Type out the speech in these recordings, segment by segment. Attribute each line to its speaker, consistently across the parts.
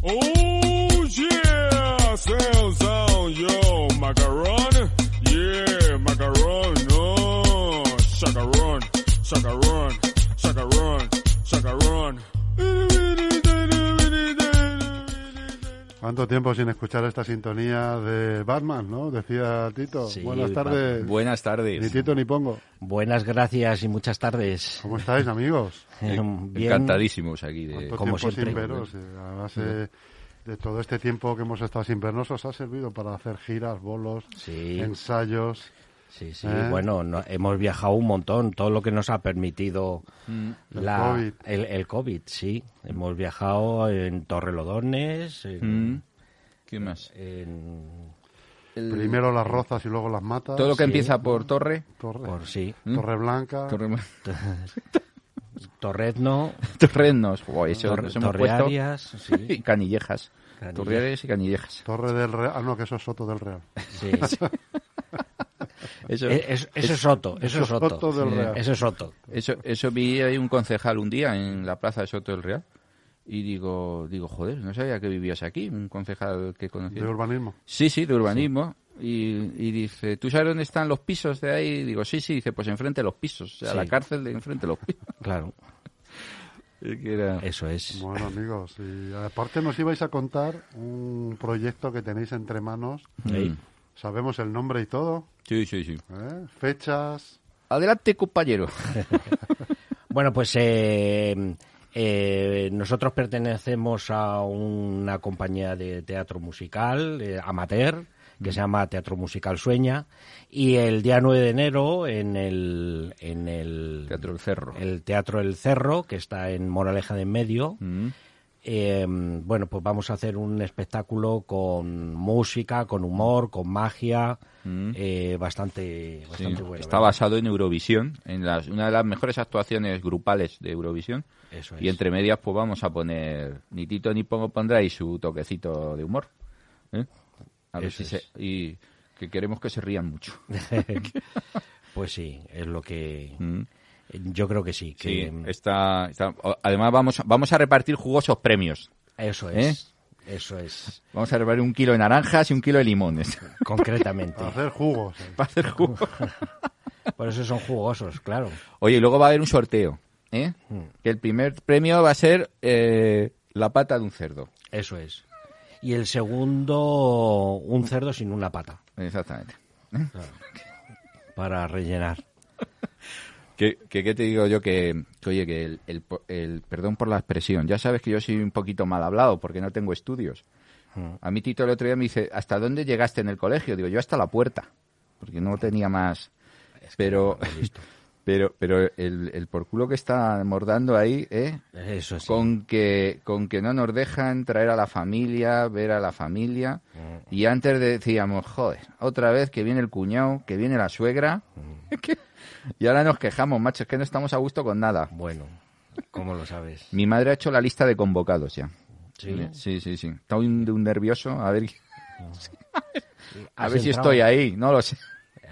Speaker 1: Oh yeah, sound sound yo, macaron, yeah, macaron, no, chacaron, chacaron, chacaron, chacaron.
Speaker 2: ¿Cuánto tiempo sin escuchar esta sintonía de Batman, no? Decía Tito.
Speaker 3: Sí,
Speaker 2: Buenas
Speaker 3: el
Speaker 2: tardes.
Speaker 3: Batman. Buenas
Speaker 2: Ni
Speaker 3: tardes.
Speaker 2: Tito ni Pongo.
Speaker 3: Buenas gracias y muchas tardes.
Speaker 2: ¿Cómo estáis, amigos?
Speaker 3: Eh, bien.
Speaker 4: Encantadísimos aquí
Speaker 2: ¿Cuánto
Speaker 4: de...
Speaker 3: Eh, como
Speaker 2: tiempo sin
Speaker 3: siempre.
Speaker 2: veros? Eh, Además, eh, de todo este tiempo que hemos estado sin vernos, os ha servido para hacer giras, bolos,
Speaker 3: Sí.
Speaker 2: ensayos.
Speaker 3: Sí, sí,
Speaker 2: ¿Eh?
Speaker 3: bueno, no- hemos viajado un montón, todo lo que nos ha permitido
Speaker 4: Mm.
Speaker 2: El
Speaker 3: la-
Speaker 2: COVID.
Speaker 3: El, el COVID, sí. Hemos viajado en Torrelodones, en,
Speaker 4: Mm. ¿Qué
Speaker 3: Eh,
Speaker 4: más?
Speaker 3: en-
Speaker 4: El-
Speaker 2: Primero las rozas y luego las matas.
Speaker 4: Todo lo que empieza por Torre.
Speaker 2: Torre. ¿Mm?
Speaker 3: por sí,
Speaker 2: Torre Blanca.
Speaker 4: Torre...
Speaker 3: Torrezno,
Speaker 4: Torrenos. Buah, eso
Speaker 3: Tor-
Speaker 4: nos hemos puesto.
Speaker 3: Torrearias,
Speaker 4: Y
Speaker 3: sí,
Speaker 4: canillejas.
Speaker 3: Canillejas.
Speaker 4: Torreares y canillejas.
Speaker 2: Torre del Real. Ah, no, que eso es Soto del Real.
Speaker 3: sí.
Speaker 4: Eso,
Speaker 3: Eh, Eso, eso es Otto, eso es Otto.
Speaker 2: Soto del
Speaker 4: Sí.
Speaker 2: Real.
Speaker 3: Eso es Otto.
Speaker 4: eso, eso vi ahí un concejal un día en la plaza de Soto del Real. Y digo, digo, joder, no sabía que vivías aquí. Un concejal que conocí.
Speaker 2: De urbanismo.
Speaker 4: Sí, sí, de urbanismo. Y, y dice, ¿tú sabes dónde están los pisos de ahí? Digo, sí, sí. Dice, pues enfrente de los pisos. O sea,
Speaker 3: Sí.
Speaker 4: la cárcel de enfrente de los pisos.
Speaker 3: Claro,
Speaker 4: Es que era-
Speaker 3: eso es.
Speaker 2: Bueno, amigos, y aparte nos ibais a contar un proyecto que tenéis entre manos.
Speaker 4: Mm.
Speaker 3: Sí.
Speaker 2: Sabemos el nombre y todo.
Speaker 4: Sí, sí, sí.
Speaker 2: ¿eh? Fechas.
Speaker 4: Adelante, compañero.
Speaker 3: Bueno, pues eh, eh, nosotros pertenecemos a una compañía de teatro musical eh, amateur que se llama Teatro Musical Sueña y el día 9 de enero en el en el
Speaker 4: Teatro El Cerro.
Speaker 3: el Teatro El Cerro que está en Moraleja de en medio
Speaker 4: Mm.
Speaker 3: eh, bueno, pues vamos a hacer un espectáculo con música, con humor, con magia, eh, bastante,
Speaker 4: Mm. Sí,
Speaker 3: bastante bueno.
Speaker 4: está
Speaker 3: ¿verdad?
Speaker 4: basado en Eurovisión, en las, una de las mejores actuaciones grupales de Eurovisión.
Speaker 3: Eso
Speaker 4: Y
Speaker 3: es.
Speaker 4: entre medias, pues vamos a poner ni Tito ni Pongo pondrá y su toquecito de humor. ¿eh? A ver
Speaker 3: Eso
Speaker 4: si se-
Speaker 3: es.
Speaker 4: y que queremos que se rían mucho.
Speaker 3: Pues sí, es lo que
Speaker 4: Mm.
Speaker 3: yo creo que sí.
Speaker 4: Sí,
Speaker 3: Que
Speaker 4: está, está- o- además vamos, a- vamos a repartir jugosos premios.
Speaker 3: Eso es,
Speaker 4: ¿eh?
Speaker 3: eso es,
Speaker 4: Vamos a repartir un kilo de naranjas y un kilo de limones.
Speaker 3: concretamente.
Speaker 2: Para hacer jugos. eh.
Speaker 4: Para hacer jugo.
Speaker 3: Por eso son jugosos, claro.
Speaker 4: Oye, y luego va a haber un sorteo. ¿eh? Que el primer premio va a ser eh, la pata de un cerdo.
Speaker 3: Eso es. Y el segundo, un cerdo sin una pata
Speaker 4: Exactamente.
Speaker 3: para rellenar.
Speaker 4: ¿Qué, qué, qué te digo yo? Que, que, oye, que el, el po- el- perdón por la expresión. Ya sabes que yo soy un poquito mal hablado porque no tengo estudios. A mí Tito el otro día me dice, ¿hasta dónde llegaste en el colegio? Digo, yo hasta la puerta, porque no tenía más. Pero, pero, pero el, el por culo que está mordando ahí, ¿eh?
Speaker 3: Eso sí.
Speaker 4: Con que, con que no nos dejan traer a la familia, ver a la familia.
Speaker 3: Mm.
Speaker 4: Y antes decíamos, joder, otra vez que viene el cuñado, que viene la suegra.
Speaker 3: Mm.
Speaker 4: que- y ahora nos quejamos, macho, es que no estamos a gusto con nada.
Speaker 3: Bueno, ¿cómo lo sabes?
Speaker 4: Mi madre ha hecho la lista de convocados ya.
Speaker 3: Sí.
Speaker 4: sí, sí. sí. Está un, de un nervioso, a ver, a
Speaker 3: ¿Has
Speaker 4: ver si
Speaker 3: entrado?
Speaker 4: estoy ahí, no lo sé.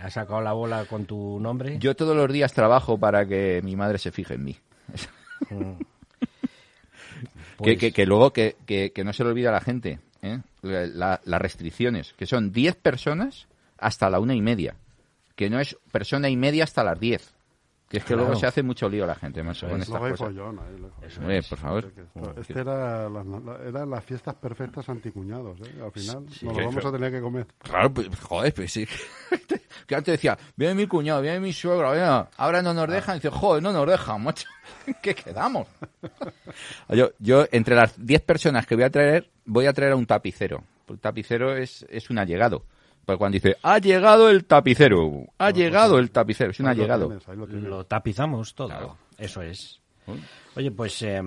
Speaker 3: ¿Has sacado la bola con tu nombre?
Speaker 4: Yo todos los días trabajo para que mi madre se fije en mí.
Speaker 3: Pues,
Speaker 4: Que, que- que luego que, que- que no se le olvida a la gente ¿eh? La- la- las restricciones, que son 10 personas hasta la una y media, que no es persona y media hasta las 10. Que es que
Speaker 3: Claro.
Speaker 4: luego se hace mucho lío la gente, más con
Speaker 3: es.
Speaker 4: estas
Speaker 2: Luego hay
Speaker 4: cosas.
Speaker 2: follón ahí, luego hay
Speaker 3: Eso
Speaker 4: Hombre,
Speaker 3: es.
Speaker 4: por favor.
Speaker 2: follón. Este era las, la- eran las fiestas perfectas anticuñados. ¿eh? Al final nos
Speaker 4: que
Speaker 2: lo vamos
Speaker 4: eso-
Speaker 2: a tener que comer.
Speaker 4: Claro, pues, joder, pues sí. que antes decía, viene mi cuñado, viene mi suegro, viene... ahora no nos dejan. dice, joder, no nos dejan, macho. ¿Qué quedamos? yo, yo, entre las 10 personas que voy a traer, voy a traer a un tapicero. El tapicero es, es un allegado. Pues cuando dice, ha llegado el tapicero, ha llegado el tapicero, es un
Speaker 2: Ahí lo
Speaker 4: allegado.
Speaker 2: tienes, ahí lo tienes.
Speaker 3: Lo tapizamos todo.
Speaker 4: Claro.
Speaker 3: Eso es. Oye, pues eh,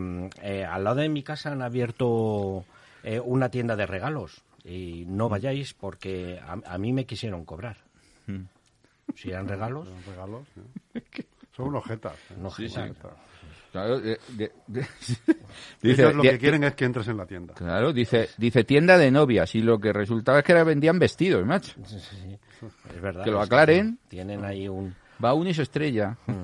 Speaker 3: eh, al lado de mi casa han abierto eh, una tienda de regalos. Y
Speaker 4: Mm.
Speaker 3: no vayáis porque a, a mí me quisieron cobrar.
Speaker 4: Mm.
Speaker 3: Si eran regalos,
Speaker 2: Son regalos. ¿eh? Son unos jetas. ¿eh?
Speaker 3: no
Speaker 4: Sí, sí.
Speaker 3: jugar.
Speaker 4: Claro, de- de- de-
Speaker 2: Ellos lo
Speaker 4: de-
Speaker 2: que quieren es que entres en la tienda.
Speaker 4: Claro, dice, dice tienda de novias y lo que resultaba es que era- vendían vestidos, macho.
Speaker 3: Sí, sí, sí. Es verdad.
Speaker 4: Que lo
Speaker 3: es
Speaker 4: aclaren.
Speaker 3: Tienen ahí un...
Speaker 4: Va un y su estrella.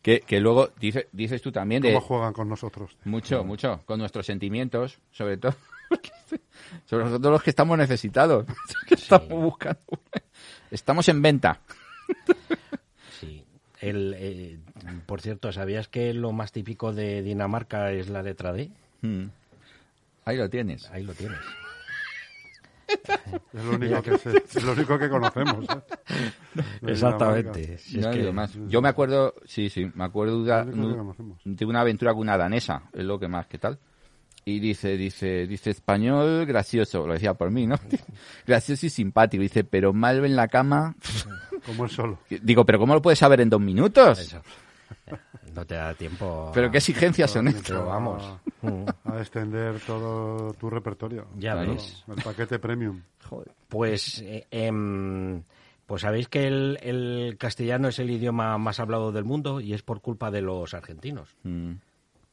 Speaker 4: Que, que luego dice, dices tú también de
Speaker 2: ¿Cómo juegan con nosotros?
Speaker 3: Mm.
Speaker 4: mucho, mucho, con nuestros sentimientos, sobre todo. sobre nosotros los que estamos necesitados, que estamos buscando. Estamos en venta.
Speaker 3: Sí. El, eh, por cierto, ¿sabías que lo más típico de Dinamarca es la letra D?
Speaker 4: Ahí lo tienes.
Speaker 3: Ahí lo tienes.
Speaker 2: Es lo único que, sé, es lo único que conocemos. ¿eh? De Dinamarca.
Speaker 3: Exactamente. Si es
Speaker 4: No
Speaker 3: que-
Speaker 4: digo más. Yo me acuerdo, sí, sí, me acuerdo de,
Speaker 2: Lo único que conocemos.
Speaker 4: de una aventura con una danesa, es lo que más, ¿qué tal? Y dice, dice, dice español gracioso, lo decía por mí, ¿no? Gracioso y simpático, dice, pero malo en la cama.
Speaker 2: Como él solo.
Speaker 4: Digo, pero ¿cómo lo puedes saber en dos minutos?
Speaker 3: Eso. No te da tiempo.
Speaker 4: Pero qué exigencias son estas.
Speaker 3: Pero vamos. Mm.
Speaker 2: A extender todo tu repertorio.
Speaker 3: Ya
Speaker 2: Todo,
Speaker 3: ves.
Speaker 2: El paquete premium.
Speaker 3: Pues, eh, em, pues sabéis que el, el castellano es el idioma más hablado del mundo y es por culpa de los argentinos.
Speaker 4: Mm,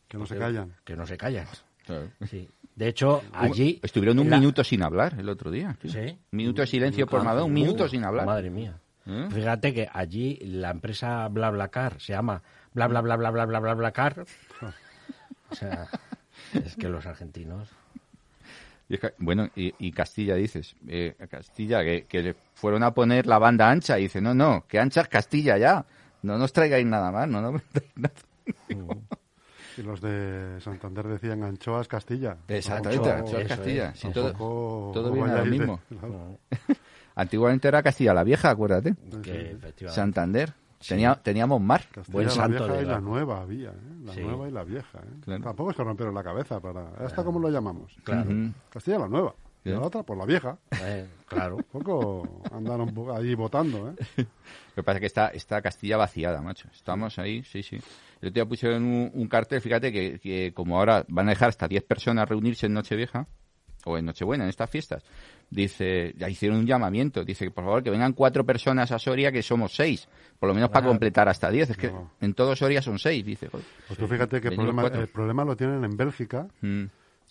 Speaker 2: Que no se callan.
Speaker 3: Que no se callan.
Speaker 4: claro.
Speaker 3: Sí. De hecho, allí.
Speaker 4: Estuvieron un
Speaker 3: la-
Speaker 4: minuto sin hablar el otro día. tío.
Speaker 3: Sí.
Speaker 4: Un minuto de silencio por nada, un minuto sin hablar.
Speaker 3: Uh, Madre mía.
Speaker 4: ¿Eh?
Speaker 3: Fíjate que allí la empresa BlaBlaCar se llama bla bla bla bla bla bla bla bla car. O sea, es que los argentinos.
Speaker 4: Y es que- bueno, y, y Castilla dices, eh, Castilla, que, que le fueron a poner la banda ancha, y dice, no, no, que ancha es Castilla ya, no nos traigáis nada más, no, no
Speaker 2: Y los de Santander decían anchoas Castilla.
Speaker 4: Exactamente,
Speaker 2: Tampoco-
Speaker 4: anchoas Castilla,
Speaker 3: es,
Speaker 4: sí, todo,
Speaker 2: tampoco
Speaker 4: todo viene a lo
Speaker 2: vayáis de-
Speaker 4: mismo.
Speaker 2: Claro.
Speaker 4: Antiguamente era Castilla la Vieja, acuérdate,
Speaker 3: Que efectivamente.
Speaker 4: Santander, Tenía, teníamos mar.
Speaker 2: Castilla
Speaker 3: Buen
Speaker 2: la
Speaker 3: santo
Speaker 2: vieja
Speaker 3: de
Speaker 2: y la
Speaker 3: la-
Speaker 2: nueva había, ¿eh? la
Speaker 3: Sí.
Speaker 2: nueva y la vieja. ¿eh?
Speaker 4: Claro.
Speaker 2: Tampoco es que rompieron la cabeza para... ¿Esta cómo lo llamamos?
Speaker 3: Claro.
Speaker 4: Ujú.
Speaker 2: Castilla la nueva. Y
Speaker 4: Sí.
Speaker 2: la otra, pues la vieja.
Speaker 3: Eh, claro.
Speaker 2: Un poco andaron bu- ahí votando, ¿eh?
Speaker 4: Lo que pasa es que está, está Castilla vaciada, macho. Estamos ahí, sí, sí. El otro día pusieron un, un cartel, fíjate que, que como ahora van a dejar hasta 10 personas reunirse en Nochevieja o en Nochebuena, en estas fiestas, dice, ya hicieron un llamamiento, dice que por favor que vengan cuatro personas a Soria, que somos seis, por lo menos para completar hasta 10. Es que
Speaker 2: No.
Speaker 4: en todo Soria son seis, dice. joder.
Speaker 2: Pues tú fíjate que el
Speaker 4: Venimos
Speaker 2: problema,
Speaker 4: cuatro.
Speaker 2: el problema lo tienen en Bélgica,
Speaker 4: Mm,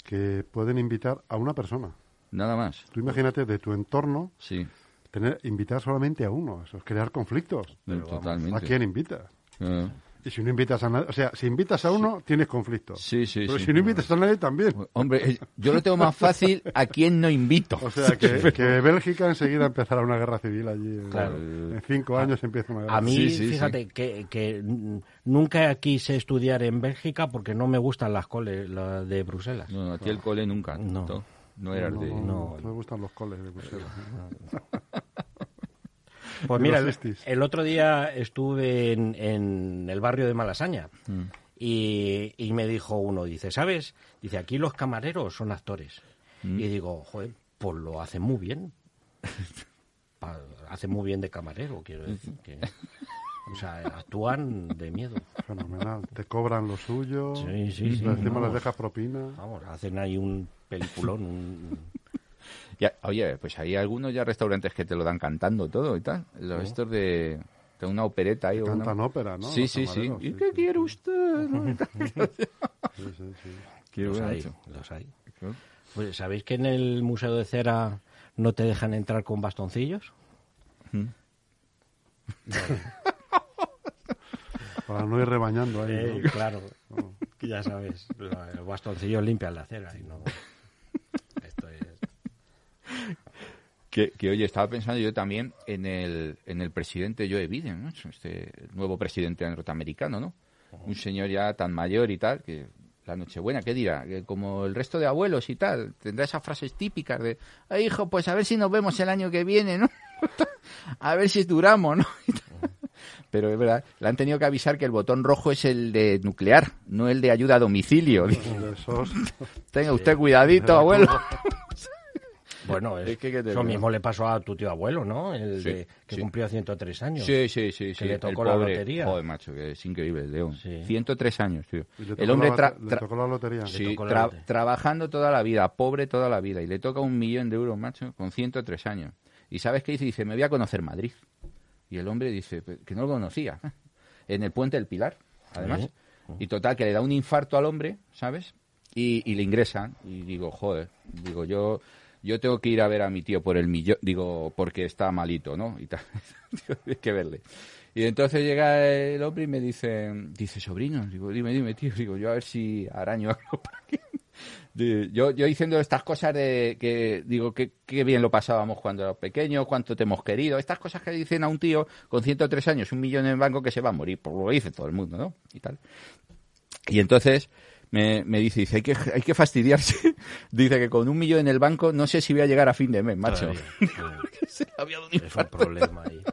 Speaker 2: que pueden invitar a una persona.
Speaker 4: nada más,
Speaker 2: Tú imagínate de tu entorno
Speaker 4: sí,
Speaker 2: tener invitar solamente a uno. Eso es crear conflictos. ¿A
Speaker 4: totalmente.
Speaker 2: quién invitas?
Speaker 4: Eh,
Speaker 2: Y si no invitas a nadie... O sea, si invitas a uno, tienes conflicto.
Speaker 4: Sí, sí,
Speaker 2: Pero
Speaker 4: sí.
Speaker 2: si no invitas a nadie, también.
Speaker 4: Hombre, eh, yo lo tengo más fácil a quien no invito.
Speaker 2: O sea, que, que Bélgica enseguida empezará una guerra civil allí. En,
Speaker 3: Claro.
Speaker 2: en cinco años empieza una guerra
Speaker 3: A mí,
Speaker 4: Ah, Sí, sí,
Speaker 3: fíjate, que, que n- nunca quise estudiar en Bélgica porque no me gustan las coles las de Bruselas.
Speaker 4: No, a ti el cole nunca.
Speaker 3: No.
Speaker 4: No, no eras de...
Speaker 2: civil.
Speaker 3: no.
Speaker 2: me gustan los coles de Bruselas.
Speaker 3: Pues mira,
Speaker 2: Los
Speaker 3: el,
Speaker 2: festis.
Speaker 3: el otro día estuve en, en el barrio de Malasaña
Speaker 4: Mm.
Speaker 3: y, y me dijo uno, dice, ¿sabes? Dice, aquí los camareros son actores.
Speaker 4: Mm.
Speaker 3: Y digo, joder, pues lo hacen muy bien. Pa- hacen muy bien de camarero, quiero decir. Que, o sea, actúan de miedo.
Speaker 2: Fenomenal. Te cobran lo suyo.
Speaker 3: Sí, sí, sí,
Speaker 2: pero encima
Speaker 3: vamos.
Speaker 2: les dejas propina.
Speaker 3: Vamos, hacen ahí un peliculón, un-
Speaker 4: Ya, oye, pues hay algunos ya restaurantes que te lo dan cantando todo y tal. Los estos de, de una opereta ahí. o una-
Speaker 2: Cantan ópera, ¿no?
Speaker 4: Sí,
Speaker 2: Los
Speaker 4: sí, sí.
Speaker 2: camareros,
Speaker 4: ¿Y
Speaker 2: sí,
Speaker 4: qué
Speaker 2: sí,
Speaker 4: quiere usted? no? Y tal.
Speaker 2: sí, sí, sí.
Speaker 4: Quiero
Speaker 3: los
Speaker 4: ver
Speaker 3: hay,
Speaker 4: mucho.
Speaker 3: los hay.
Speaker 4: Claro.
Speaker 3: Pues, ¿Sabéis que en el Museo de Cera no te dejan entrar con bastoncillos?
Speaker 2: Para no ir rebañando ahí.
Speaker 3: Eh,
Speaker 2: ¿no?
Speaker 3: claro, que ya sabes, lo- los bastoncillos limpian la cera. Y no... Esto es...
Speaker 4: Que, que, oye, estaba pensando yo también en el, en el presidente Joe Biden, ¿no? este nuevo presidente norteamericano, ¿no? Un señor ya tan mayor y tal, que la Nochebuena, ¿qué dirá? Que como el resto de abuelos y tal, tendrá esas frases típicas de, "Ay, hijo, pues a ver si nos vemos el año que viene, ¿no? a ver si duramos, ¿no? Y tal. Pero es verdad, le han tenido que avisar que el botón rojo es el de nuclear, no el de ayuda a domicilio.
Speaker 2: De esos,
Speaker 4: Tenga usted cuidadito, abuelo.
Speaker 3: Bueno, es,
Speaker 4: Es que, ¿qué te
Speaker 3: eso
Speaker 4: digo?
Speaker 3: mismo le pasó a tu tío abuelo, ¿no? El
Speaker 4: Sí,
Speaker 3: de- que
Speaker 4: sí.
Speaker 3: cumplió 103 años.
Speaker 4: Sí, sí, sí. sí.
Speaker 3: le
Speaker 4: el
Speaker 3: tocó la
Speaker 4: pobre.
Speaker 3: lotería.
Speaker 4: Joder, macho, que es increíble el León.
Speaker 3: Sí.
Speaker 4: 103 años, tío.
Speaker 2: y le tocó
Speaker 4: El hombre
Speaker 2: la,
Speaker 4: tra-
Speaker 2: bate- le
Speaker 4: tra-
Speaker 2: tocó la lotería.
Speaker 4: sí,
Speaker 3: tocó la
Speaker 4: tra-
Speaker 3: lotería.
Speaker 4: trabajando toda la vida, pobre toda la vida, y le toca un millón de euros, macho, con 103 años. ¿Y sabes qué dice? Dice, me voy a conocer Madrid. Y el hombre dice, "Pues, que no lo conocía. En el puente del Pilar, además. Y total, que le da un infarto al hombre, ¿sabes? Y, y le ingresan. Y digo, joder, digo, yo... Yo tengo que ir a ver a mi tío por el millón, digo, porque está malito, ¿no? Y tal. Tengo que verle. Y entonces llega el hombre y me dice, dice, sobrino, digo, dime, dime, tío, digo, yo a ver si araño algo por aquí. Di- Yo, yo diciendo estas cosas de que digo que, que bien lo pasábamos cuando éramos pequeños, cuánto te hemos querido, estas cosas que dicen a un tío con 103 años, un millón en el banco que se va a morir, por lo dice todo el mundo, ¿no? Y tal. Y entonces me, me dice, dice, hay que, hay que fastidiarse. dice que con un millón en el banco no sé si voy a llegar a fin de mes, macho.
Speaker 3: Todavía, sí.
Speaker 4: Se le había dado un
Speaker 3: es un problema ahí.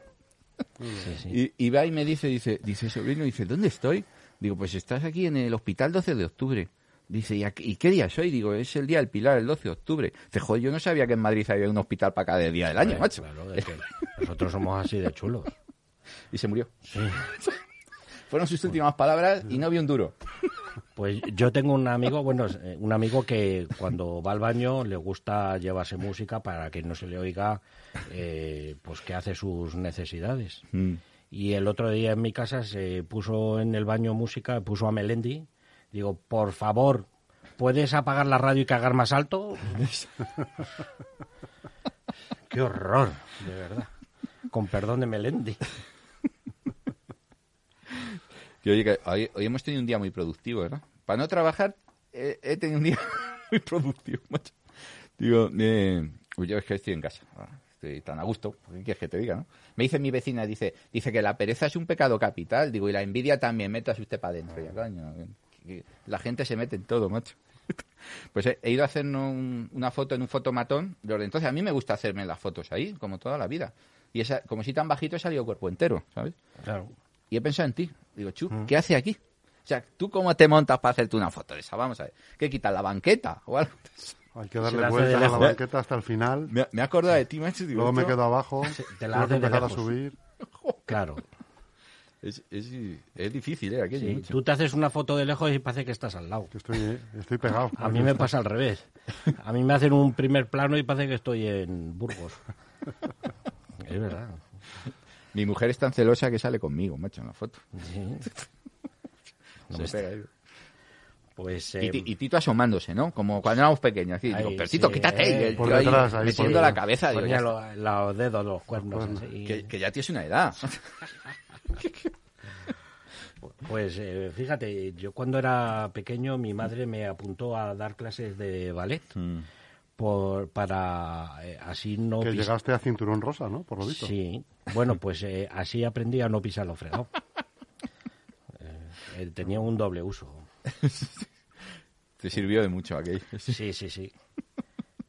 Speaker 3: Sí, sí.
Speaker 4: y, y va y me dice, dice, dice sobrino, dice, ¿dónde estoy? Digo, pues estás aquí en el hospital 12 de octubre. Dice, ¿y, a- y qué día soy? Digo, es el día del Pilar, el 12 de octubre. Dice, joder, yo no sabía que en Madrid había un hospital para cada día del año,
Speaker 3: Hombre,
Speaker 4: macho.
Speaker 3: claro, es que nosotros somos así de chulos.
Speaker 4: Y se murió.
Speaker 3: Sí.
Speaker 4: Fueron sus últimas palabras y no vi un duro.
Speaker 3: Pues yo tengo un amigo, bueno, es, eh, un amigo que cuando va al baño le gusta llevarse música para que no se le oiga, eh, pues que hace sus necesidades. Y el otro día en mi casa se puso en el baño música, puso a Melendi. Digo, por favor, ¿puedes apagar la radio y cagar más alto? Qué horror, de verdad. Con perdón de Melendi.
Speaker 4: Que oye, que hoy, hoy hemos tenido un día muy productivo, ¿verdad? Para no trabajar, eh, he tenido un día muy productivo, macho. Digo, eh, uy, yo es que estoy en casa. ahora, Estoy tan a gusto, ¿qué quieres que te diga, no? Me dice mi vecina, dice, dice que la pereza es un pecado capital. Digo, y la envidia también, metas usted para adentro. Ya, coño, que- que la gente se mete en todo, macho. Pues he, he ido a hacernos un- una foto en un fotomatón. de los de Entonces, a mí me gusta hacerme las fotos ahí, como toda la vida. Y esa, como si tan bajito he salido cuerpo entero, ¿sabes?
Speaker 3: Claro.
Speaker 4: y he pensado en ti. Digo, Chu, ¿qué hace aquí? O sea, ¿tú cómo te montas para hacerte una foto de esa? Vamos a ver. ¿Qué quitas? ¿La banqueta o algo?
Speaker 2: Hay que
Speaker 3: la
Speaker 2: darle
Speaker 3: hace
Speaker 2: vueltas
Speaker 3: de
Speaker 2: a la
Speaker 3: lejos.
Speaker 2: banqueta hasta el final.
Speaker 4: Me, me he acordado de ti, macho. Digo,
Speaker 2: Luego me
Speaker 4: esto
Speaker 2: quedo abajo.
Speaker 3: Sí, te la
Speaker 2: Tengo que
Speaker 3: hace de
Speaker 2: empezar a
Speaker 3: lejos.
Speaker 2: subir.
Speaker 3: Claro.
Speaker 4: Es, es- es difícil, ¿eh? Aquello,
Speaker 3: Sí,
Speaker 4: macho.
Speaker 3: tú te haces una foto de lejos y parece que estás al lado.
Speaker 2: Que estoy, estoy pegado.
Speaker 3: A mí me pasa al revés. A mí me hacen un primer plano y parece que estoy en Burgos. Es verdad.
Speaker 4: Mi mujer es tan celosa que sale conmigo, macho, en la foto.
Speaker 3: Sí. No
Speaker 4: Se
Speaker 3: me
Speaker 4: pega ahí.
Speaker 3: Pues
Speaker 4: y,
Speaker 3: eh,
Speaker 4: ti- y Tito asomándose, ¿no? Como cuando éramos pequeños. Así,
Speaker 3: Ahí,
Speaker 4: digo, pero Tito,
Speaker 3: sí,
Speaker 4: quítate.
Speaker 3: eh,
Speaker 4: y el
Speaker 2: por
Speaker 4: tío ahí
Speaker 2: detrás, ahí,
Speaker 4: metiendo
Speaker 2: por
Speaker 4: la
Speaker 2: detrás.
Speaker 4: cabeza. Digo,
Speaker 3: ponía
Speaker 4: ya está.
Speaker 3: lo- los dedos, los cuernos. así.
Speaker 4: que, que ya tienes una edad.
Speaker 3: Pues eh, fíjate, yo cuando era pequeño mi madre me apuntó a dar clases de ballet por, para eh, así no
Speaker 2: Que
Speaker 3: pis-
Speaker 2: llegaste a cinturón rosa, ¿no? Por lo visto.
Speaker 3: Sí, bueno, pues eh, así aprendí a no pisar lo fregado. Eh, eh, tenía un doble uso.
Speaker 4: Te sirvió de mucho aquello.
Speaker 3: Sí, sí, sí.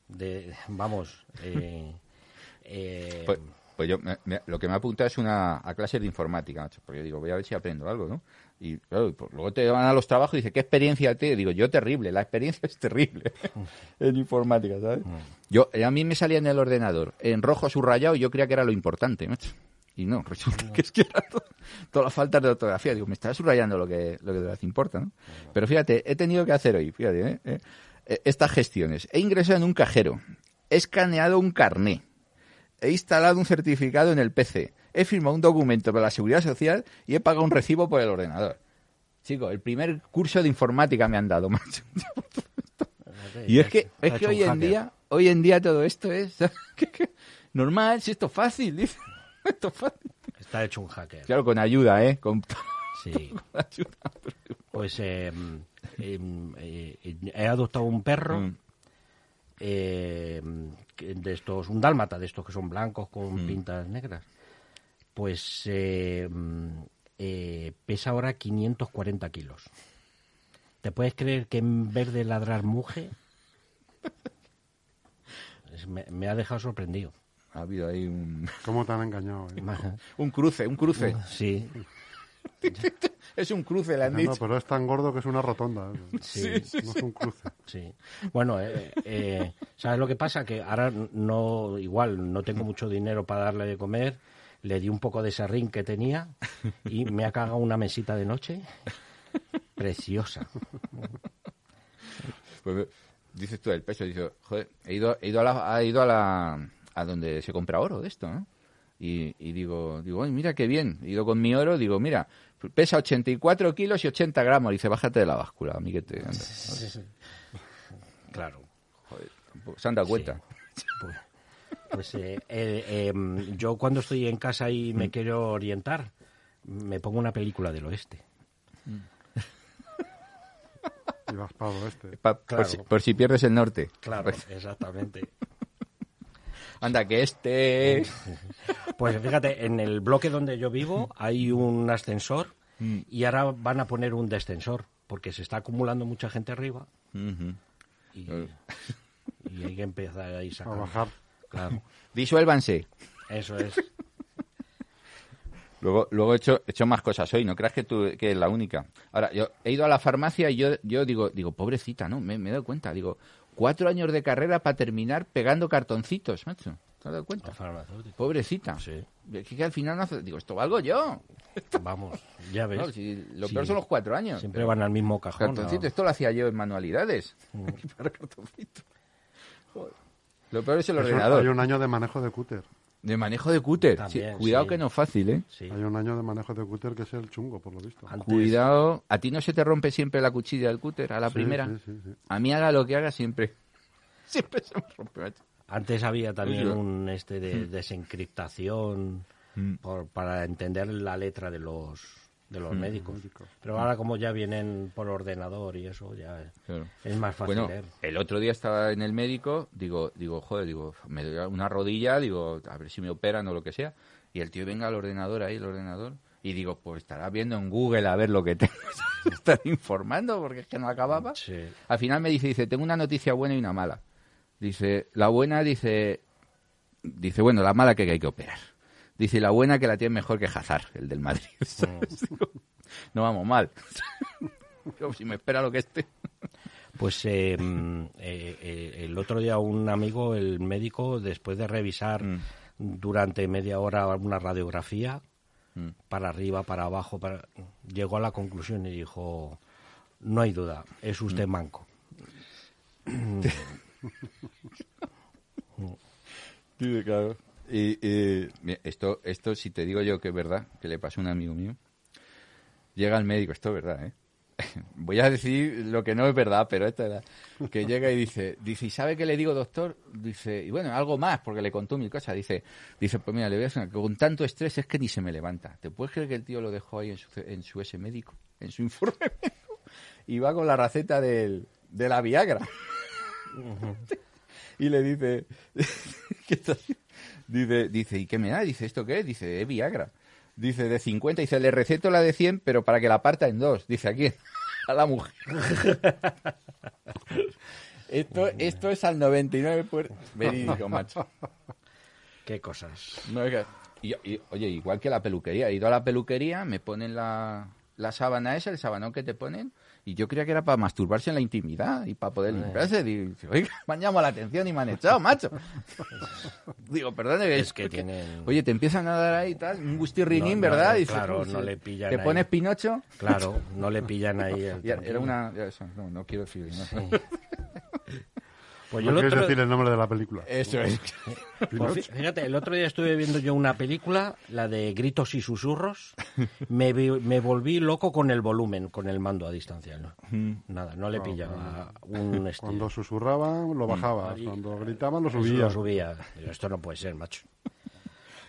Speaker 3: De, vamos. eh, eh,
Speaker 4: Pues, pues yo me- me- lo que me apunta es una a clases de informática, macho, porque yo digo, voy a ver si aprendo algo, ¿no? Y claro, y pues luego te van a los trabajos y dice, ¿qué experiencia te? Digo, yo terrible, la experiencia es terrible en informática, ¿sabes? Yo, eh, a mí me salía en el ordenador, en rojo subrayado, y yo creía que era lo importante, macho. Y no, resulta que es que era todo- todas las faltas de ortografía. Digo, me está subrayando lo que, lo que de verdad importa, ¿no? Pero fíjate, he tenido que hacer hoy, fíjate, ¿eh? Eh, eh, estas gestiones. He ingresado en un cajero, he escaneado un carné, he instalado un certificado en el PC, he firmado un documento para la seguridad social y he pagado un recibo por el ordenador. Chico, el primer curso de informática me han dado, macho. Y es que,
Speaker 3: te ha
Speaker 4: es que
Speaker 3: hecho un
Speaker 4: hoy en
Speaker 3: hacker.
Speaker 4: día, hoy en día todo esto es que- que- normal, si esto es fácil, dice. Esto es fácil.
Speaker 3: Está hecho un hacker.
Speaker 4: Claro, con ayuda, ¿eh? Con
Speaker 3: Sí.
Speaker 4: ayuda.
Speaker 3: Pues eh, em, eh, he adoptado un perro.
Speaker 4: Mm.
Speaker 3: eh, que- de estos, un dálmata, de estos que son blancos con pintas negras, pues eh, mm, eh, pesa ahora 540 kilos. ¿Te puedes creer que en vez de ladrar muge? Es- Me, me ha dejado sorprendido.
Speaker 4: Ha habido ahí un,
Speaker 2: ¿Cómo te han engañado? eh?
Speaker 4: un cruce, un cruce.
Speaker 3: Sí,
Speaker 4: Es un cruce, le han
Speaker 2: No,
Speaker 4: dicho.
Speaker 2: pero es tan gordo que es una rotonda. ¿eh?
Speaker 3: Sí,
Speaker 2: no es un cruce.
Speaker 3: sí. Bueno, eh, eh, ¿sabes lo que pasa? Que ahora no, igual, no tengo mucho dinero para darle de comer. Le di un poco de serrín que tenía y me ha cagado una mesita de noche preciosa.
Speaker 4: Pues, dices tú el peso, dices, joder, he ido, he ido a la, he ido a la, a donde se compra oro de esto, ¿no? Y, y digo, digo, ay, mira qué bien, he ido con mi oro, digo, mira, pesa 84 kilos y 80 gramos, dice, bájate de la báscula, amiguete. anda".
Speaker 3: Claro.
Speaker 4: Joder, tampoco- se han dado cuenta.
Speaker 3: Pues, Mm. pues, eh, eh, em, yo cuando estoy en casa y me quiero orientar, me pongo una película del oeste.
Speaker 2: Y vas este, para el oeste.
Speaker 4: Pa-
Speaker 3: Claro.
Speaker 4: por, si, por si pierdes el norte. Pues,
Speaker 3: Claro, exactamente.
Speaker 4: Anda, que este es...
Speaker 3: Pues fíjate, en el bloque donde yo vivo hay un ascensor
Speaker 4: Mm.
Speaker 3: y ahora van a poner un descensor porque se está acumulando mucha gente arriba
Speaker 4: Ujú.
Speaker 3: y, y hay que empezar ahí
Speaker 2: A
Speaker 3: sacando.
Speaker 2: bajar.
Speaker 3: Claro,
Speaker 4: Disuélvanse.
Speaker 3: eso es.
Speaker 4: Luego, luego he, hecho, he hecho más cosas hoy, no creas que, tú, que es la única. Ahora, yo he ido a la farmacia y yo, yo digo, digo, pobrecita, ¿no? Me, me he dado cuenta, digo, cuatro años de carrera para terminar pegando cartoncitos, macho. ¿Te has dado cuenta?
Speaker 3: Los farmacéuticos.
Speaker 4: Pobrecita.
Speaker 3: Sí.
Speaker 4: Es que al final no hace- digo, esto valgo yo.
Speaker 3: Vamos, ya ves.
Speaker 4: No, si lo
Speaker 3: Pues, Sí.
Speaker 4: peor son los cuatro años.
Speaker 3: Siempre van al mismo cajón.
Speaker 4: Cartoncito,
Speaker 3: a-
Speaker 4: esto lo hacía yo en manualidades.
Speaker 3: Mm.
Speaker 4: Para cartoncito. Joder. Lo peor es el
Speaker 2: Es un-
Speaker 4: ordenador.
Speaker 2: Hay un año de manejo de cúter.
Speaker 4: De manejo de cúter.
Speaker 3: También,
Speaker 4: Sí, cuidado
Speaker 3: sí.
Speaker 4: que no es fácil, ¿eh?
Speaker 3: Sí.
Speaker 2: Hay un año de manejo de cúter que es el chungo, por lo visto.
Speaker 3: Antes-
Speaker 4: Cuidado. ¿A ti no se te rompe siempre la cuchilla del cúter a la
Speaker 2: Sí,
Speaker 4: primera?
Speaker 2: sí, sí, sí.
Speaker 4: A mí haga lo que haga siempre. Siempre se me rompe. macho.
Speaker 3: Antes había también
Speaker 4: Ujú.
Speaker 3: un este
Speaker 4: Mm.
Speaker 3: de desencriptación por- para entender la letra de los de
Speaker 4: Mm.
Speaker 3: los médicos. Pero ahora como ya vienen por ordenador y eso ya
Speaker 4: Claro.
Speaker 3: es más fácil
Speaker 4: Bueno,
Speaker 3: leer.
Speaker 4: el otro día estaba en el médico, digo, digo, joder, digo, me doy una rodilla, digo, a ver si me operan o lo que sea, y el tío venga al ordenador ahí, el ordenador, y digo, pues estará viendo en Google a ver lo que tengo, se están informando, porque es que no acababa.
Speaker 3: Sí.
Speaker 4: Al final me dice, dice, tengo una noticia buena y una mala. Dice, la buena dice, dice, bueno, la mala que hay que operar. Dice, y la buena que la tiene mejor que Hazard, el del Madrid. ¿sabes? Digo, no vamos mal. Digo, si me espera lo que esté.
Speaker 3: Pues eh, mm, eh, eh, el otro día un amigo, el médico, después de revisar
Speaker 4: Mm.
Speaker 3: durante media hora una radiografía,
Speaker 4: Mm.
Speaker 3: para arriba, para abajo, para... llegó a la conclusión y dijo, no hay duda, es
Speaker 4: Mm.
Speaker 3: usted manco.
Speaker 4: Sí, claro. Y, y- mira, esto, esto si te digo yo que es verdad, que le pasó a un amigo mío, llega al médico, esto es verdad, ¿eh? Voy a decir lo que no es verdad, pero esta es la- que llega y dice, dice, ¿y sabe qué le digo, doctor? Dice, y bueno, algo más, porque le contó mil cosas. Dice, dice, pues mira, le voy a decir una- que con tanto estrés es que ni se me levanta. ¿Te puedes creer que el tío lo dejó ahí en su, en su ese médico, en su informe médico? Y va con la receta del, de la Viagra y le dice, ¿qué estás haciendo? dice, dice, ¿y qué me da? Dice, ¿esto qué es? Dice, es Viagra. Dice, de 50, dice, le receto la de 100, pero para que la parta en dos. Dice, aquí, a la mujer. esto, esto es al 99 por... verídico, macho.
Speaker 3: Qué cosas.
Speaker 4: No, es que- y- y- oye, igual que la peluquería. He ido a la peluquería, me ponen la, la sábana esa, el sabanón que te ponen, y yo creía que era para masturbarse en la intimidad y para poder limpiarse. Digo, oiga, me han llamado la atención y me han echado, macho. Digo, perdón,
Speaker 3: Es que tienen-
Speaker 4: Oye, te empiezan a dar ahí y tal, un gustirrinín,
Speaker 3: No, no,
Speaker 4: ¿verdad?
Speaker 3: no,
Speaker 4: Y dices,
Speaker 3: claro,
Speaker 4: "Uy,
Speaker 3: no
Speaker 4: sí".
Speaker 3: le pillan
Speaker 4: Te
Speaker 3: ahí.
Speaker 4: pones pinocho.
Speaker 3: Claro, no le pillan ahí el...
Speaker 4: Y era una. ya eso, no, no quiero decir. no.
Speaker 3: Pues yo
Speaker 2: No
Speaker 3: el
Speaker 2: quieres
Speaker 3: otro- Eh,
Speaker 2: decir el nombre de la película.
Speaker 4: Eso es.
Speaker 3: Pues fí- fíjate, el otro día estuve viendo yo una película, la de gritos y susurros. Me, vi- me volví loco con el volumen, con el mando a distancia. ¿no? Nada, no le pillaba un este-
Speaker 2: Cuando susurraban, lo bajabas.
Speaker 3: Ahí.
Speaker 2: Cuando gritaban, lo
Speaker 3: Eso
Speaker 2: subías.
Speaker 3: subía. Digo, Esto no puede ser, macho.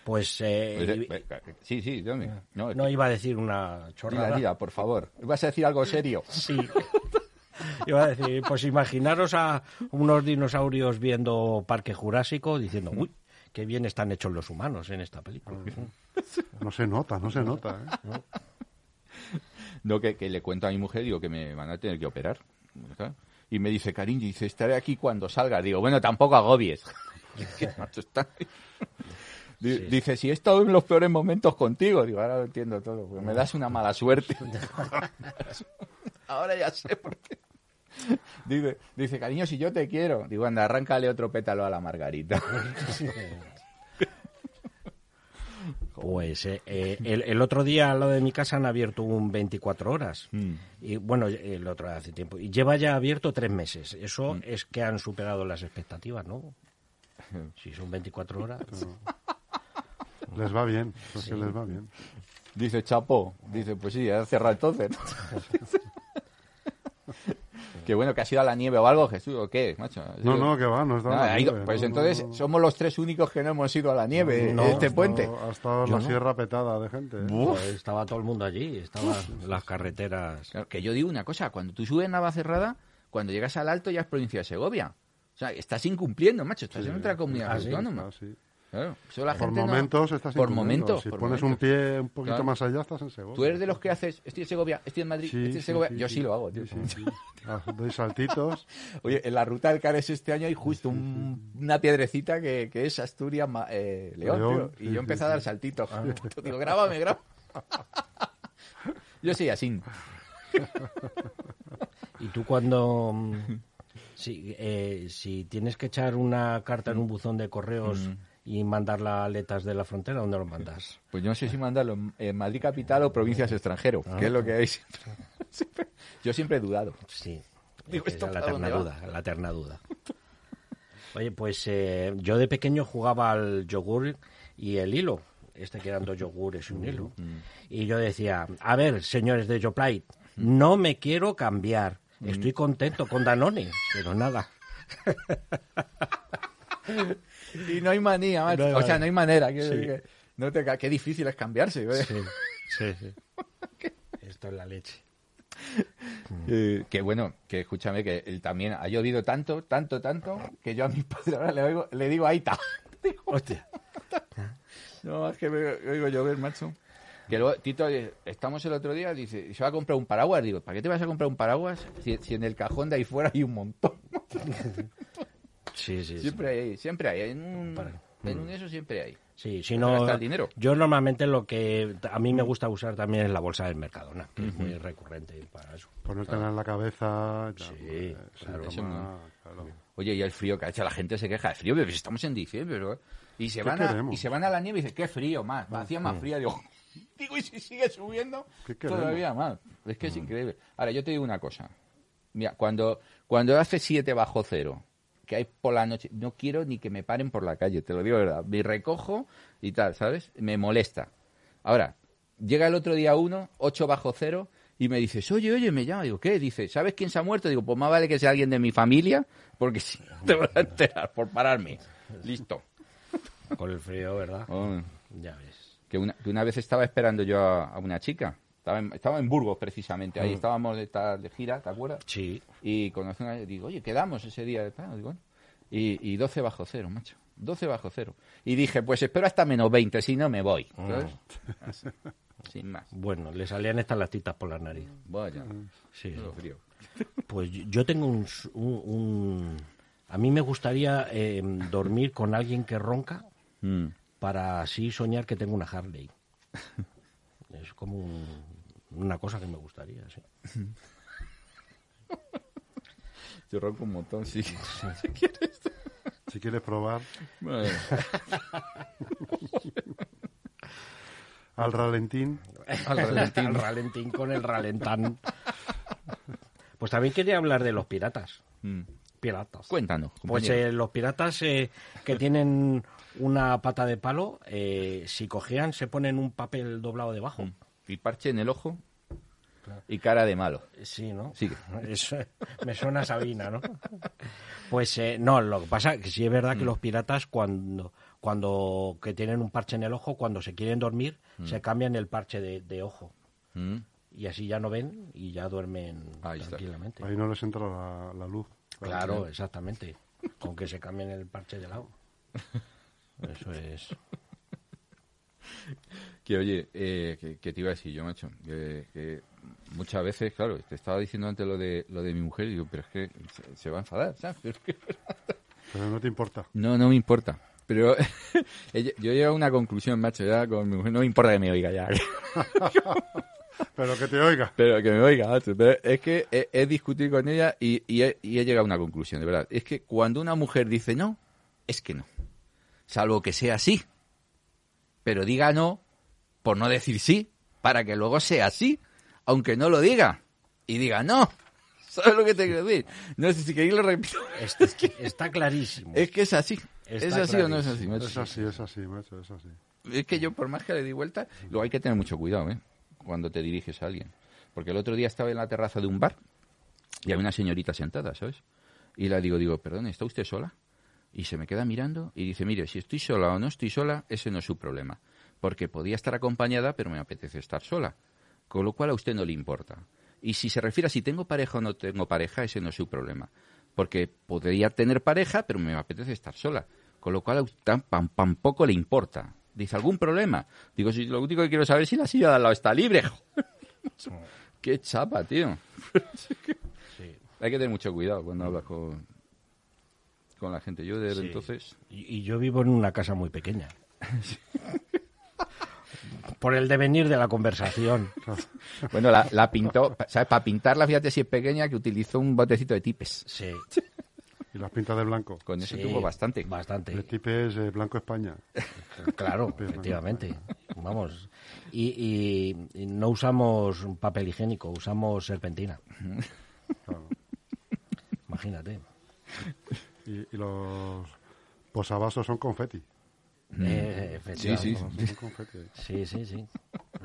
Speaker 3: Pues eh, i-
Speaker 4: Sí, sí, dame. No, es
Speaker 3: no
Speaker 4: que-
Speaker 3: iba a decir una
Speaker 4: Dila,
Speaker 3: chorrada.
Speaker 4: dila, por favor. Vas a decir algo serio.
Speaker 3: Sí. Iba a decir, pues imaginaros a unos dinosaurios viendo Parque Jurásico diciendo, uy, qué bien están hechos los humanos en esta película.
Speaker 2: No se nota, no se nota. ¿eh?
Speaker 4: No, que, que le cuento a mi mujer, digo que me van a tener que operar. ¿verdad? Y me dice, cariño, dice, estaré aquí cuando salga. Digo, bueno, tampoco agobies. Que macho está. Di-
Speaker 3: Sí.
Speaker 4: Dice, si he estado en los peores momentos contigo. Digo, ahora lo entiendo todo. porque me das una mala suerte. ahora ya sé por qué. Dice, dice, cariño, si yo te quiero. Digo, anda, arráncale otro pétalo a la margarita.
Speaker 3: Pues eh, eh, el, el otro día al lado de mi casa han abierto un 24 horas. Y bueno, el otro hace tiempo. Y lleva ya abierto tres meses. Eso es que han superado las expectativas, ¿no? Si son 24 horas.
Speaker 2: Les va bien. Es que les va bien.
Speaker 4: Dice Chapo, dice, pues sí, ya cerrado entonces. Que bueno, que ha sido a la nieve o algo, Jesús, ¿o qué, macho?
Speaker 2: No, no, que va, no está.
Speaker 4: No, ha ido- pues entonces somos los tres únicos que no hemos ido a la nieve
Speaker 3: No,
Speaker 4: de este puente.
Speaker 2: Ha estado
Speaker 3: Yo
Speaker 2: la
Speaker 3: no.
Speaker 2: sierra petada de gente. ¿eh?
Speaker 4: Buf.
Speaker 3: Joder, Pues, estaba todo el mundo allí, estaban las carreteras.
Speaker 4: Claro, que yo digo una cosa, cuando tú subes Navacerrada, cuando llegas al alto ya es provincia de Segovia. O sea, estás incumpliendo, macho, estás en otra comunidad
Speaker 3: Ah, sí,
Speaker 4: autónoma.
Speaker 2: Ah, sí.
Speaker 4: Claro, eso la
Speaker 2: Por
Speaker 4: gente no-
Speaker 2: momentos estás
Speaker 4: Por
Speaker 2: incumpliendo.
Speaker 4: momentos.
Speaker 2: Si
Speaker 4: por
Speaker 2: pones un
Speaker 4: momentos.
Speaker 2: pie un poquito
Speaker 4: Claro.
Speaker 2: más allá, estás en Segovia.
Speaker 4: Tú eres de los que haces, estoy en Segovia, estoy en Madrid,
Speaker 2: Sí,
Speaker 4: estoy en
Speaker 2: sí,
Speaker 4: Segovia.
Speaker 2: sí,
Speaker 4: yo sí,
Speaker 2: sí.
Speaker 4: lo hago, tío.
Speaker 2: Sí, sí, sí. Ah, Doy saltitos.
Speaker 4: Oye, en la ruta del Cares este año hay justo un- una piedrecita que, que es Asturias Ma- eh, León,
Speaker 2: León,
Speaker 4: tío, y
Speaker 2: sí, sí,
Speaker 4: yo empecé a dar saltitos. Digo, grábame, grábame. yo soy así.
Speaker 3: Y tú cuando... mm, Si, eh, si tienes que echar una carta en un buzón de correos y mandarla a Aletas de la Frontera, ¿dónde lo mandas?
Speaker 4: Pues yo no sé si mandarlo en, en Madrid capital o provincias extranjero, que es lo que hay. siempre- yo siempre he dudado.
Speaker 3: Sí.
Speaker 4: Digo,
Speaker 3: Esa
Speaker 4: ¿esto
Speaker 3: es la
Speaker 4: para
Speaker 3: eterna
Speaker 4: dónde va?
Speaker 3: duda, la eterna duda. Oye, pues eh, yo de pequeño jugaba al yogur y el hilo. Este que eran dos yogures y un hilo. Y yo decía, a ver, señores de Yoplait, no me quiero cambiar. Estoy contento con Danone, pero nada.
Speaker 4: Y no hay manía, macho.
Speaker 3: No hay
Speaker 4: o
Speaker 3: manera.
Speaker 4: sea, no hay manera. quiero
Speaker 3: Sí.
Speaker 4: decir que no te ca- qué difícil es cambiarse. ¿eh?
Speaker 3: sí, sí. Esto es la leche.
Speaker 4: Eh, que bueno, que escúchame, que él también ha llovido tanto, tanto, tanto, que yo a mi padre ahora le, oigo- le digo, ahí está.
Speaker 3: Hostia.
Speaker 4: No, es que me oigo llover, macho. Que luego, Tito, eh, estamos el otro día, dice, se va a comprar un paraguas. Digo, ¿para qué te vas a comprar un paraguas si, si en el cajón de ahí fuera hay un montón?
Speaker 3: Sí, sí, sí.
Speaker 4: Siempre hay, siempre hay. En un, en un eso siempre hay.
Speaker 3: Sí, si
Speaker 4: Pero
Speaker 3: no,
Speaker 4: gasta el dinero.
Speaker 3: yo normalmente lo que a mí me gusta usar también es la bolsa del Mercadona, que es muy recurrente para eso.
Speaker 2: Ponértela en la cabeza. y tal.
Speaker 3: Sí,
Speaker 2: Eh,
Speaker 3: claro,
Speaker 2: broma,
Speaker 4: eso no.
Speaker 2: claro.
Speaker 4: Oye, y el frío que ha hecho, la gente se queja de frío, pero si estamos en diciembre, ¿no? Y se,
Speaker 2: ¿Qué
Speaker 4: van a,
Speaker 2: queremos?
Speaker 4: y se van a la nieve y dicen, qué frío más, hacía más frío. Digo, digo, y si sigue subiendo,
Speaker 2: ¿Qué queremos?
Speaker 4: todavía más. Es que es increíble. Ahora, yo te digo una cosa. Mira, cuando, cuando hace 7 bajo cero, que hay por la noche, no quiero ni que me paren por la calle, te lo digo de verdad. Me recojo y tal, ¿sabes? Me molesta. Ahora, llega el otro día uno, 8 bajo cero, y me dices, oye, oye, me llama. Digo, ¿qué? Dice, ¿sabes quién se ha muerto? Digo, pues más vale que sea alguien de mi familia, porque si no te vas a enterar por pararme. Listo.
Speaker 3: Con el frío, ¿verdad?
Speaker 4: Oh,
Speaker 3: Ya ves.
Speaker 4: que, una, que una vez estaba esperando yo a, a una chica. Estaba en, estaba en Burgos, precisamente. Ahí estábamos de, tal- de gira, ¿te acuerdas?
Speaker 3: Sí.
Speaker 4: Y conocí a una y digo, oye, quedamos ese día. Claro, digo, bueno. y, y 12 bajo cero, macho. 12 bajo cero. Y dije, pues espero hasta menos 20, si no me voy. ¿sabes? Así, Sin más.
Speaker 3: Bueno, le salían estas latitas por la nariz.
Speaker 4: Vaya.
Speaker 3: Sí.
Speaker 4: todo frío.
Speaker 3: Pues yo- yo tengo un... s- un- un- A mí me gustaría eh, dormir con alguien que ronca
Speaker 4: Mm.
Speaker 3: para así soñar que tengo una Harley. Es como un- una cosa que me gustaría, sí.
Speaker 4: Yo ronco un montón, sí.
Speaker 2: Si quieres probar,
Speaker 4: Bueno,
Speaker 2: al ralentín.
Speaker 4: al ralentín.
Speaker 3: Al ralentín con el ralentán. Pues también quería hablar de los piratas.
Speaker 4: Mm.
Speaker 3: Piratas.
Speaker 4: Cuéntanos,
Speaker 3: Pues
Speaker 4: compañero.
Speaker 3: eh, los piratas eh, que tienen una pata de palo, eh, si cojean, se ponen un papel doblado debajo.
Speaker 4: Y parche en Mm. el ojo y cara de malo.
Speaker 3: Sí, ¿no?
Speaker 4: Sigue.
Speaker 3: Eso, me suena a Sabina, ¿no? Pues eh, no, lo que pasa es que sí es verdad
Speaker 4: Mm.
Speaker 3: que los piratas cuando cuando que tienen un parche en el ojo, cuando se quieren dormir, se cambian el parche de, de ojo.
Speaker 4: Mm.
Speaker 3: Y así ya no ven y ya duermen
Speaker 4: Ahí está.
Speaker 3: tranquilamente.
Speaker 2: Ahí no les entra la, la luz.
Speaker 3: Claro, exactamente. Con que se cambien el parche de lado. Eso es.
Speaker 4: Que oye, eh, que, que te iba a decir yo, macho, que, que muchas veces, claro, te estaba diciendo antes lo de lo de mi mujer, y digo, pero es que se, se va a enfadar, ¿sabes? Pero es que-
Speaker 2: Pero no te importa.
Speaker 4: No, no me importa. Pero ella- yo llego a una conclusión, macho, ya con mi mujer, no me importa que me oiga ya.
Speaker 2: Pero que te oiga.
Speaker 4: Pero que me oiga, macho. Pero es que he, he discutido con ella y, y he, y he llegado a una conclusión, de verdad. Es que cuando una mujer dice no, es que no. Salvo que sea así. Pero diga no por no decir sí, para que luego sea así, aunque no lo diga. Y diga no. ¿Sabes lo que te quiero decir? No sé si queréis lo repito.
Speaker 3: Está, está clarísimo.
Speaker 4: Es que es así.
Speaker 3: Está
Speaker 4: ¿Es así o no es así?
Speaker 3: clarísimo.
Speaker 4: macho?
Speaker 2: Es así, es así, macho, es así.
Speaker 4: Es que yo, por más que le di vuelta, luego hay que tener mucho cuidado, ¿eh? Cuando te diriges a alguien. Porque el otro día estaba en la terraza de un bar Y había una señorita sentada, ¿sabes? Y la digo, digo, perdón, ¿está usted sola? Y se me queda mirando y dice, mire, si estoy sola o no estoy sola, ese no es su problema. Porque podía estar acompañada, pero me apetece estar sola. Con lo cual a usted no le importa. Y si se refiere a si tengo pareja o no tengo pareja, ese no es su problema. Porque podría tener pareja, pero me apetece estar sola. Con lo cual a usted tam- tampoco le importa. Dice, ¿algún problema? Digo, si lo único que quiero saber es si la silla de al lado está libre. Qué chapa, tío.
Speaker 3: Sí.
Speaker 4: Hay que tener mucho cuidado cuando hablas con, con la gente. Yo desde
Speaker 3: Sí.
Speaker 4: entonces...
Speaker 3: Y, y yo vivo en una casa muy pequeña. Por el devenir de la conversación.
Speaker 4: Bueno, la, la pintó, pa- ¿sabes? Para pintarla, fíjate si es pequeña, que utilizó un botecito de tipes.
Speaker 3: Sí.
Speaker 2: Y las pintas de blanco.
Speaker 4: Con eso
Speaker 3: Sí,
Speaker 4: tuvo bastante.
Speaker 2: El
Speaker 3: Bastante.
Speaker 2: tipo es eh, blanco España.
Speaker 3: Claro, efectivamente. Vamos. Y, y- y no usamos papel higiénico, usamos serpentina.
Speaker 2: claro.
Speaker 3: Imagínate.
Speaker 2: Y, y los posavasos son confeti.
Speaker 3: Eh,
Speaker 4: Sí, Mm. sí,
Speaker 3: efectivamente.
Speaker 2: Son confeti.
Speaker 3: Sí, sí, sí.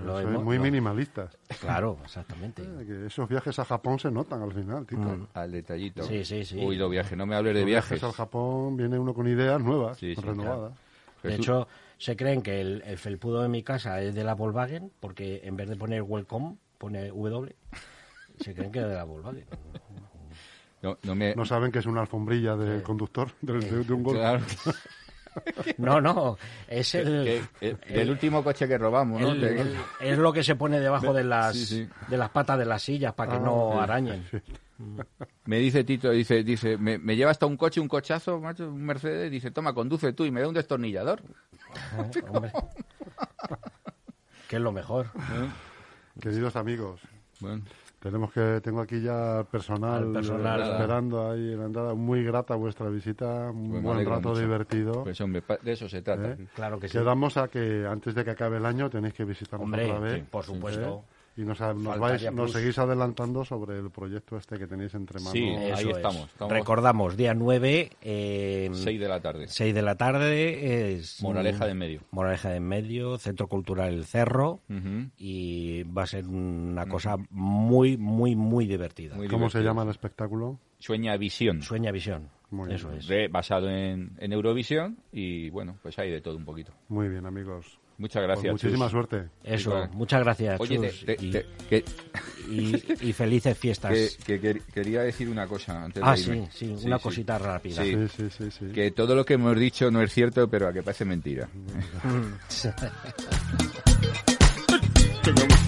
Speaker 3: Lo
Speaker 2: Sois
Speaker 3: hemos-
Speaker 2: muy
Speaker 3: lo-
Speaker 2: minimalistas. Eh,
Speaker 3: Claro, exactamente.
Speaker 2: Que esos viajes a Japón se notan al final, Tito.
Speaker 4: Al detallito.
Speaker 3: Sí, sí, sí.
Speaker 4: Uy, los viajes, no me hables Mm. de
Speaker 2: Los
Speaker 4: viajes.
Speaker 2: al Japón viene uno con ideas nuevas,
Speaker 4: Sí, sí,
Speaker 2: renovadas.
Speaker 3: De
Speaker 4: Jesús.
Speaker 3: hecho, se creen que el, el felpudo de mi casa es de la Volkswagen porque en vez de poner welcome pone W. Se creen que es de la Volkswagen.
Speaker 4: No, no me...
Speaker 2: No saben que es una alfombrilla del conductor del- de, de un golf.
Speaker 4: Claro.
Speaker 3: No, no, es el,
Speaker 4: Que- que- eh, del último coche que robamos, ¿no?
Speaker 3: el-
Speaker 4: Que-
Speaker 3: el- es lo que se pone debajo de las
Speaker 4: Sí, sí. Ah,
Speaker 3: de las patas de las sillas para que no arañen.
Speaker 4: Me dice Tito, dice, dice, me, me lleva hasta un coche, un cochazo, macho, un Mercedes, dice, toma, conduce tú y me da un destornillador.
Speaker 3: Hombre. que es lo mejor.
Speaker 2: Queridos amigos,
Speaker 4: Bueno,
Speaker 2: tenemos que tengo aquí ya personal,
Speaker 3: Al personal.
Speaker 2: eh, esperando ahí en la entrada. Muy grata vuestra visita, un
Speaker 4: pues me
Speaker 2: buen
Speaker 4: alegro
Speaker 2: rato
Speaker 4: mucho.
Speaker 2: divertido.
Speaker 4: Pues hombre, pa- de eso se trata.
Speaker 2: ¿Eh?
Speaker 3: Claro que sí.
Speaker 2: Quedamos a que antes de que acabe el año tenéis que visitarnos
Speaker 3: Hombre,
Speaker 2: otra vez. ¿Eh?
Speaker 3: sí, por supuesto.
Speaker 2: Y nos, nos,
Speaker 3: Faltaría
Speaker 2: vais, nos
Speaker 3: plus.
Speaker 2: seguís adelantando sobre el proyecto este que tenéis entre manos.
Speaker 4: Sí. Ahí
Speaker 3: Eso es.
Speaker 4: estamos, estamos-
Speaker 3: Recordamos, día 9, eh,
Speaker 4: 6 de la tarde.
Speaker 3: 6 de la tarde. Es,
Speaker 4: Moraleja de en medio.
Speaker 3: Moraleja de en medio, Centro Cultural El Cerro.
Speaker 4: Ujú.
Speaker 3: Y va a ser una cosa muy, muy, muy divertida.
Speaker 4: Mm. Muy
Speaker 2: ¿Cómo se
Speaker 4: divertido.
Speaker 2: llama el espectáculo?
Speaker 4: Sueña visión.
Speaker 3: Sueña visión.
Speaker 2: Muy
Speaker 3: Eso
Speaker 2: bien.
Speaker 3: es.
Speaker 4: Re- basado en, en Eurovisión y bueno, pues hay de todo un poquito.
Speaker 2: Muy bien, amigos.
Speaker 4: Muchas
Speaker 2: Pues
Speaker 4: gracias.
Speaker 2: muchísima
Speaker 4: Chus.
Speaker 2: suerte.
Speaker 3: Eso,
Speaker 4: Nicolás.
Speaker 3: muchas gracias.
Speaker 4: Oye,
Speaker 3: Chus,
Speaker 4: te- te-
Speaker 3: y,
Speaker 4: te- que,
Speaker 3: y- y felices fiestas.
Speaker 4: que- que quer- quería decir una cosa antes
Speaker 3: Ah,
Speaker 4: de
Speaker 3: sí,
Speaker 4: irme.
Speaker 3: sí, una cosita rápida.
Speaker 4: Sí.
Speaker 2: Sí, sí, sí. sí.
Speaker 4: Que todo lo que hemos dicho no es cierto, pero a que parece mentira.
Speaker 1: Tengamos